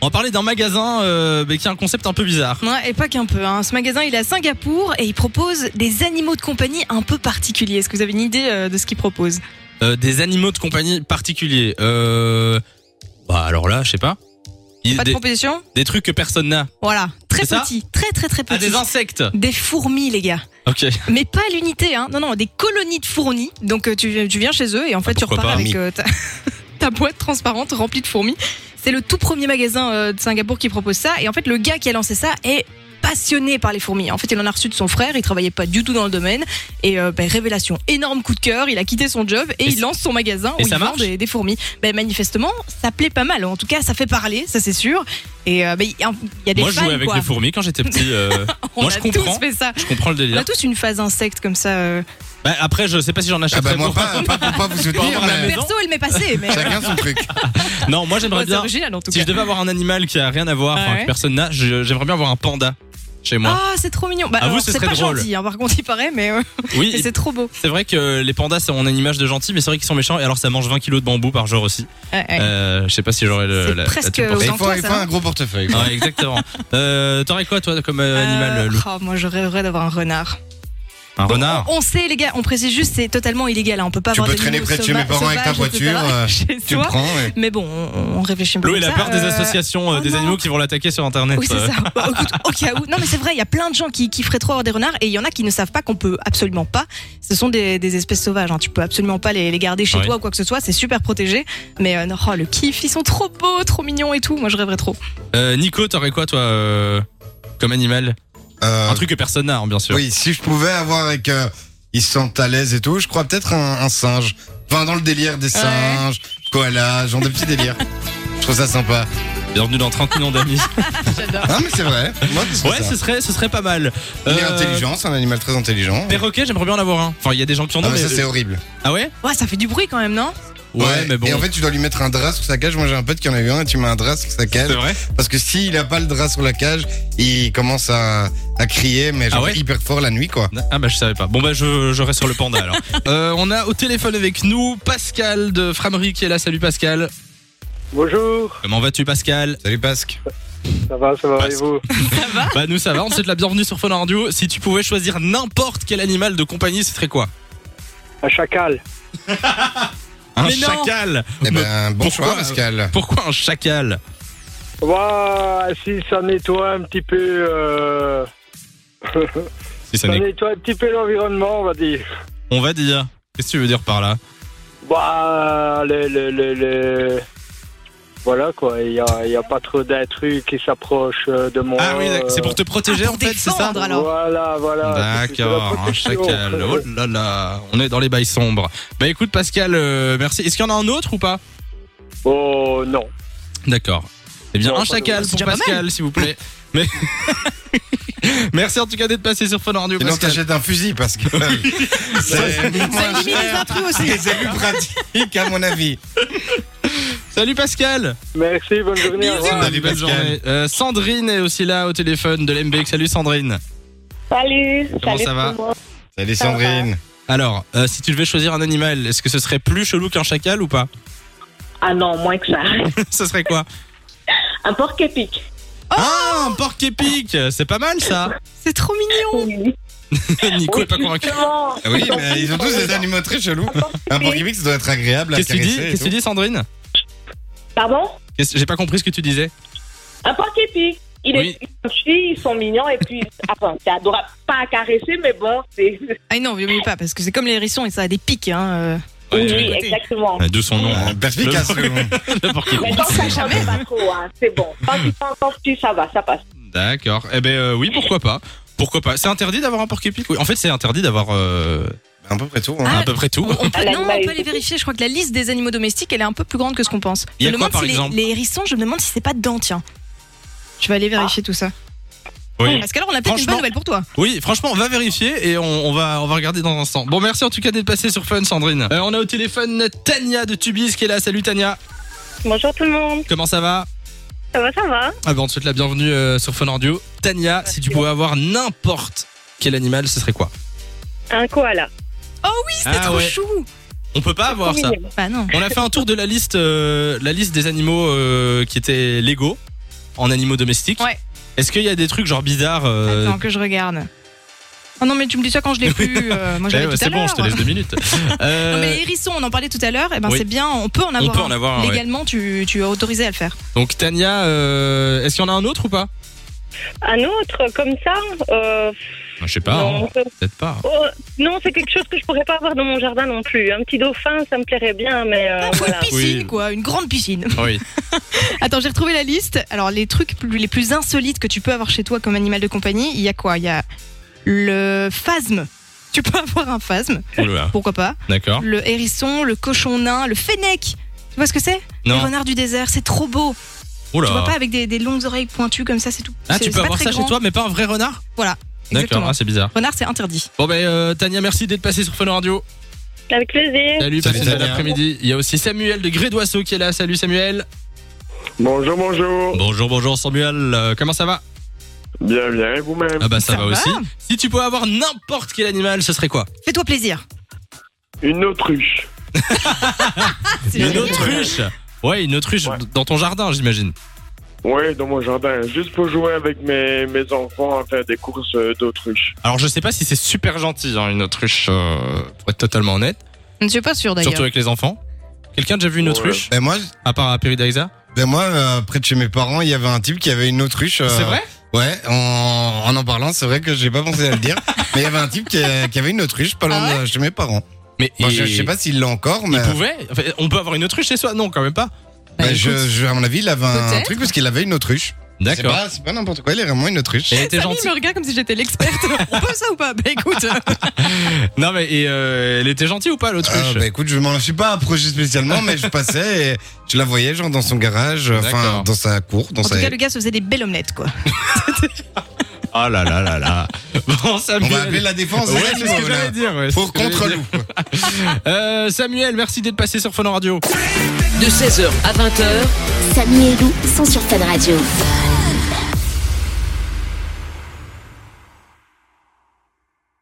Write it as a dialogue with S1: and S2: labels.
S1: On va parler d'un magasin euh, mais qui a un concept un peu bizarre.
S2: Ouais, et pas qu'un peu. hein. Ce magasin, il est à Singapour et il propose des animaux de compagnie un peu particuliers. Est-ce que vous avez une idée euh, de ce qu'il propose
S1: Euh, des animaux de compagnie particuliers. Euh... Bah alors là, je sais pas. Il-
S2: Pas de
S1: des,
S2: proposition
S1: des trucs que personne n'a.
S2: Voilà, très
S1: C'est ça
S2: petit, très très très
S1: Ah,
S2: petit.
S1: des insectes
S2: Des fourmis, les gars.
S1: Ok.
S2: Mais pas à l'unité, hein. Non, non, des colonies de fourmis. Donc euh, tu, tu viens chez eux et en fait tu
S1: Ah, pourquoi
S2: repars
S1: pas,
S2: avec euh, ta, ta boîte transparente remplie de fourmis. C'est le tout premier magasin euh, de Singapour qui propose ça. Et en fait, le gars qui a lancé ça est passionné par les fourmis. En fait, il en a reçu de son frère, il travaillait pas du tout dans le domaine. Et euh, ben, révélation, énorme coup de cœur, il a quitté son job et,
S1: Et
S2: il
S1: c-
S2: lance son magasin
S1: et
S2: où
S1: ça
S2: il vend
S1: marche
S2: des, des fourmis. Ben, manifestement, ça plaît pas mal. En tout cas, ça fait parler, ça c'est sûr. Et euh, ben, il y a- il y a des
S1: Moi, je
S2: fans,
S1: jouais avec
S2: quoi.
S1: les fourmis quand j'étais petit. euh,
S2: On
S1: Moi,
S2: a
S1: je comprends.
S2: tous fait ça.
S1: je comprends le
S2: On
S1: délire.
S2: a tous une phase insecte comme ça. euh,
S1: Bah, après, je sais pas si j'en
S3: Ah
S1: achèterais
S3: bah moi
S1: pour-
S3: pas, pas pour pas vous soutenir,
S1: avoir la
S3: mais
S1: maison.
S2: bah, Perso, elle m'est passée, mais
S3: chacun son truc.
S1: Non, moi j'aimerais
S2: Ouais, c'est
S1: bien.
S2: original en tout
S1: Si
S2: cas.
S1: je devais avoir un animal qui a rien à voir,
S2: Ah
S1: enfin,
S2: ouais.
S1: que personne n'a, je- j'aimerais bien avoir un panda chez moi.
S2: Ah, c'est trop mignon. Bah,
S1: À vous,
S2: alors,
S1: ce
S2: c'est
S1: serait
S2: pas
S1: drôle.
S2: gentil, hein, par contre, il paraît, mais, euh,
S1: oui,
S2: mais c'est trop beau.
S1: c'est vrai que les pandas, c'est- on a une image de gentil, mais c'est vrai qu'ils sont méchants. Et alors, ça mange 20 kilos de bambou par jour aussi.
S2: Ouais, ouais.
S1: Euh, je sais pas si j'aurais le.
S2: C'est
S1: la- la
S2: presque
S1: thune pour
S3: Et
S1: ça.
S3: il
S2: Sans
S3: faut,
S2: toi,
S3: il
S2: ça
S3: faut
S2: va.
S3: un gros portefeuille.
S1: Ouais, exactement. Euh, T'aurais quoi, toi, comme euh,
S2: Euh,
S1: animal Lou
S2: oh, moi, je rêverais d'avoir un renard.
S1: Un
S2: Bon,
S1: renard
S2: On, on sait, les gars, on précise juste, c'est totalement illégal. hein, on peut pas
S3: Ah. Tu
S2: avoir
S3: peux
S2: des
S3: traîner
S2: animaux
S3: près de chez mes
S2: sauva-
S3: parents avec ta
S2: sauvages, etc.,
S3: voiture, euh,
S2: chez
S3: Tu le
S2: toi.
S3: prends et...
S2: Mais bon, on, on réfléchit pas.
S1: Lou,
S2: comme
S1: il a
S2: ça,
S1: peur des
S2: euh,
S1: associations euh,
S2: oh
S1: des
S2: non.
S1: animaux qui vont l'attaquer sur internet.
S2: Oui, c'est
S1: euh.
S2: ça. Bah, écoute, au cas où. Non, mais c'est vrai, il y a plein de gens qui, qui feraient trop avoir des renards et il y en a qui ne savent pas qu'on peut absolument pas. Ce sont des, des espèces sauvages. hein. Tu peux absolument pas les, les garder chez
S1: Ouais.
S2: toi ou quoi que ce soit. C'est super protégé. Mais euh, non, oh, le kiff, ils sont trop beaux, trop mignons et tout. Moi, je rêverais trop.
S1: Euh, Nico, t'aurais quoi, toi, euh, comme animal
S3: Euh,
S1: Un truc que personne n'a, hein, bien sûr.
S3: Oui, si je pouvais avoir avec euh, ils se sentent à l'aise et tout, je crois peut-être un, un singe. Enfin, dans le délire des singes, koalas, genre des petits délires. Je trouve ça sympa.
S1: Bienvenue dans 30 millions d'amis.
S2: J'adore.
S3: Ah mais c'est vrai. Moi, je trouve
S1: ouais,
S3: ça.
S1: ce serait, ce serait pas mal.
S3: Il est
S1: Euh,
S3: intelligent, c'est un animal très intelligent.
S1: Perroquet, j'aimerais bien en avoir un. Enfin, il y a des gens qui en ont,
S3: Ah, mais
S1: mais.
S3: ça c'est horrible.
S1: ah ouais
S2: Ouais, ça fait du bruit quand même, non
S1: ouais mais bon.
S3: Et en fait, tu dois lui mettre un drap sur sa cage. Moi, j'ai un pote qui en a eu un et tu mets un drap sur sa
S1: c'est
S3: cage.
S1: vrai
S3: Parce que s'il a pas le drap sur la cage, il commence à, à crier, mais genre
S1: Ah ouais
S3: hyper fort la nuit, quoi.
S1: Ah bah je savais pas. Bon bah je, je reste sur le panda alors. Euh, on a au téléphone avec nous Pascal de Framery qui est là. Salut Pascal.
S4: Bonjour,
S1: Comment vas-tu Pascal
S3: Salut Basque.
S4: ça va, ça va,
S1: Passe.
S4: et vous
S1: Bah nous ça va, on te souhaite la bienvenue sur Fun Radio. Si tu pouvais choisir n'importe quel animal de compagnie, ce serait quoi
S4: Un chacal,
S1: Un
S2: Mais non
S1: chacal
S3: Eh ben, bon
S1: Bah, pourquoi
S3: choix, Pascal.
S1: Pourquoi un chacal
S4: Ouah, si ça nettoie un petit peu, euh,
S1: Si ça
S4: ça
S1: n'est-
S2: Bah,
S4: nettoie un petit peu l'environnement, on va dire.
S1: On va dire. Qu'est-ce que tu veux dire par là
S4: Bah, le, le, le, le- voilà quoi, il n'y a, il y a pas trop d'intrus qui s'approchent euh, de moi.
S1: Ah oui, d'accord. c'est pour te protéger
S2: Ah,
S1: en
S2: pour
S1: fait, c'est ça
S2: défendre, Ah, alors.
S4: Voilà, voilà. c'est- c'est de la
S1: D'accord, un
S4: protection.
S1: chacal. Oh là là, on est dans les bails sombres. Bah écoute Pascal, euh, merci. Est-ce qu'il y en a un autre ou pas
S4: Oh non.
S1: D'accord. Eh bien,
S4: Non,
S1: un
S4: pas de-
S1: chacal
S2: c'est
S1: pour
S2: déjà pas
S1: Pascal, s'il vous plaît. Mais... Merci en tout cas d'être passé sur Fun Radio,
S3: Sinon,
S1: Pascal.
S3: t'achètes un fusil, Pascal.
S2: Ça
S3: c'est moins
S2: élimine les
S3: cher.
S2: intrus aussi.
S3: Et c'est plus pratique, à mon avis.
S1: Salut Pascal
S4: Merci, bonne journée. au
S2: Bisous.
S4: revoir.
S3: Salut,
S1: Bonne
S3: Pascal.
S1: journée. Euh, Sandrine est aussi là au téléphone de l'MB. Salut Sandrine
S5: Salut.
S1: Comment
S5: Salut
S1: ça va
S5: tout le monde.
S3: Salut Sandrine.
S1: Alors, euh, si tu devais choisir un animal, est-ce que ce serait plus chelou qu'un chacal ou pas
S5: Ah non, moins que ça.
S1: Ce serait quoi
S5: Un porc épic.
S1: Ah, un porc épic C'est pas mal ça
S2: C'est trop mignon.
S5: Oui.
S1: Nico est pas Ah convaincu.
S5: Justement.
S3: Oui, mais ils ont tous des animaux très chelous. Un porc-épic, ça doit être agréable à
S1: Qu'est-ce que tu dis
S3: caresser. et
S1: Qu'est-ce que tu
S3: tout.
S1: dis Sandrine
S5: Pardon
S1: Qu'est-ce- J'ai pas compris ce que tu disais.
S5: Un porc épic. Il
S1: Oui.
S5: est gentil, ils sont mignons et puis enfin, c'est adorable, pas à caresser, mais bon, c'est
S2: Ah non, mieux pas, parce que c'est comme les hérissons et ça a des pics. Hein. euh.
S1: Ouais,
S5: oui,
S1: ouais.
S5: exactement.
S1: De son nom, hein.
S3: Euh, Perspicace.
S1: Le-
S3: le-
S1: le porc épic.
S5: Mais tant que ça jamais pas trop, hein, c'est bon. Quand tu pas encore plus, ça va, ça passe.
S1: D'accord. Eh ben euh, oui, pourquoi pas. Pourquoi pas C'est interdit d'avoir un porc épic Oui, en fait, c'est interdit d'avoir euh,
S3: À peu près tout. hein.
S1: à peu près tout.
S2: On peut-
S5: Ah,
S2: non,
S5: l'animal
S2: on peut
S5: est-
S2: aller vérifier. Je crois que la liste des animaux domestiques, elle est un peu plus grande que ce qu'on pense.
S1: Il y a
S2: je me
S1: quoi,
S2: demande
S1: par
S2: si les-
S1: exemple
S2: les, hérissons, je me demande si c'est pas dedans, tiens. Je vais aller vérifier tout ça.
S1: Oui.
S2: Parce qu'alors, on a peut-être une
S1: Franchement-
S2: bonne nouvelle pour toi.
S1: Oui, franchement, on va vérifier et on, on va on va regarder dans un instant. Bon, merci en tout cas d'être passé sur Fun, Sandrine. Euh, on a au téléphone Tania de Tubis qui est là. Salut Tania.
S5: Bonjour tout le monde.
S1: Comment ça va
S5: Ça va, ça va.
S1: Ah ben, on te souhaite la bienvenue euh, sur Fun Radio. Tania, si tu pouvais avoir n'importe quel animal, ce serait quoi
S5: Un koala.
S2: C'était
S1: Ah
S2: trop
S1: ouais.
S2: chou.
S1: On peut pas avoir ça.
S2: Bah non.
S1: On a fait un tour de la liste, euh, la liste des animaux euh, qui étaient légaux. en animaux domestiques.
S2: Ouais.
S1: Est-ce qu'il y a des trucs genre bizarres euh,
S2: Attends que je regarde. Oh non, mais tu me dis ça quand je l'ai plus. euh, moi,
S1: eh
S2: j'avais
S1: ouais,
S2: tout à
S1: C'est bon, je te
S2: l'heure.
S1: laisse deux minutes. Euh,
S2: Non, mais les hérissons, on en parlait tout à l'heure. Eh ben,
S1: oui.
S2: c'est bien, on peut en
S1: on
S2: avoir.
S1: peut
S2: un.
S1: en avoir un, ouais.
S2: Légalement, tu, tu es autorisé à le faire.
S1: Donc Tania, euh, est-ce qu'il y en a un autre ou pas
S5: Un autre, comme ça euh,
S1: Je sais pas,
S5: non,
S1: hein, peut-être pas.
S5: Oh, non, c'est quelque chose que je pourrais pas avoir dans mon jardin non plus. Un petit dauphin, ça me plairait bien, mais euh,
S2: Faut
S5: voilà.
S2: Une piscine,
S1: Oui.
S2: quoi, une grande piscine.
S1: Ah Oui.
S2: Attends, j'ai retrouvé la liste. Alors, les trucs plus- les plus insolites que tu peux avoir chez toi comme animal de compagnie, il y a quoi Il y a le phasme. Tu peux avoir un phasme,
S1: Oula,
S2: pourquoi pas.
S1: D'accord.
S2: Le hérisson, le cochon nain, le fennec. Tu vois ce que c'est Le
S1: Non.
S2: renard du désert, c'est trop beau. Tu vois pas
S1: Oula.
S2: avec des, des longues oreilles pointues comme ça, c'est tout.
S1: Ah,
S2: C'est-
S1: tu
S2: c'est
S1: peux
S2: pas
S1: avoir
S2: très
S1: ça
S2: grand.
S1: chez toi, mais pas un vrai renard
S2: Voilà.
S1: D'accord,
S2: Exactement.
S1: ah, c'est bizarre.
S2: Renard, c'est interdit.
S1: Bon, ben euh, Tania, merci d'être passée sur Fun Radio.
S5: Avec plaisir.
S1: Salut,
S3: Salut,
S1: passez une bonne
S3: Tania.
S1: après-midi. Il y a aussi Samuel de Grédoisseau qui est là. Salut Samuel.
S6: Bonjour, bonjour.
S1: Bonjour, bonjour Samuel. Euh, comment ça va
S6: Bien, bien, et vous-même
S1: Ah, bah ça,
S2: Ça
S1: va,
S2: va.
S1: aussi. Si tu pouvais avoir n'importe quel animal, ce serait quoi
S2: Fais-toi plaisir.
S6: Une autruche.
S2: C'est
S1: Une
S2: génial.
S1: autruche Ouais, une autruche
S6: Ouais.
S1: d- dans ton jardin, j'imagine.
S6: Ouais, dans mon jardin, juste pour jouer avec mes, mes enfants à faire des courses euh, d'autruche.
S1: Alors, je sais pas si c'est super gentil, hein, une autruche, euh, pour être totalement honnête.
S2: Je suis pas sûre d'ailleurs.
S1: Surtout avec les enfants. Quelqu'un a déjà vu une
S6: Ouais.
S1: autruche
S3: Ben moi,
S1: À part à Péridaïsa
S3: ben moi euh, près de chez mes parents, il y avait un type qui avait une autruche. euh,
S1: C'est vrai
S3: Ouais, en en, en parlant, c'est vrai que j'ai pas pensé à le dire. mais il y avait un type qui, euh, qui avait une autruche pas loin
S2: Ah
S3: de chez mes parents.
S1: Mais
S3: Moi,
S1: il-
S3: je, je sais pas s'il l'a encore, mais
S1: Il pouvait Enfin, On peut avoir une autruche chez soi Non, quand même pas.
S3: ben,
S2: Bah,
S3: je,
S2: écoute.
S3: je- à mon avis, il avait un
S2: Peut-être.
S3: truc parce qu'il avait une autruche. C'est
S1: D'accord.
S3: pas, c'est pas n'importe quoi, il est vraiment une autruche.
S1: Et elle était
S2: Samy
S1: gentille.
S2: me regarde comme si j'étais l'experte. On peut ça ou pas Bah écoute.
S1: Non, mais et, euh, elle était gentille ou pas,
S3: Euh,
S1: l'autruche
S3: bah écoute, je m'en suis pas approché spécialement, mais je passais et je la voyais genre dans son garage, euh, enfin
S1: D'accord.
S3: dans sa cour, dans
S2: En
S3: sa.
S2: tout cas, le gars se faisait des belles omelettes, quoi.
S1: Oh là là là là. Bon,
S3: On
S1: Samuel.
S3: va appeler la défense.
S1: Ouais,
S3: là,
S1: c'est ce que
S3: voilà.
S1: j'allais dire. ouais,
S3: pour
S1: c'est ce que j'allais dire.
S3: contre loup.
S1: Euh, Samuel, merci d'être passé sur Fun Radio.
S7: de 16h à 20h.
S8: Samy et Lou sont sur Fan Radio.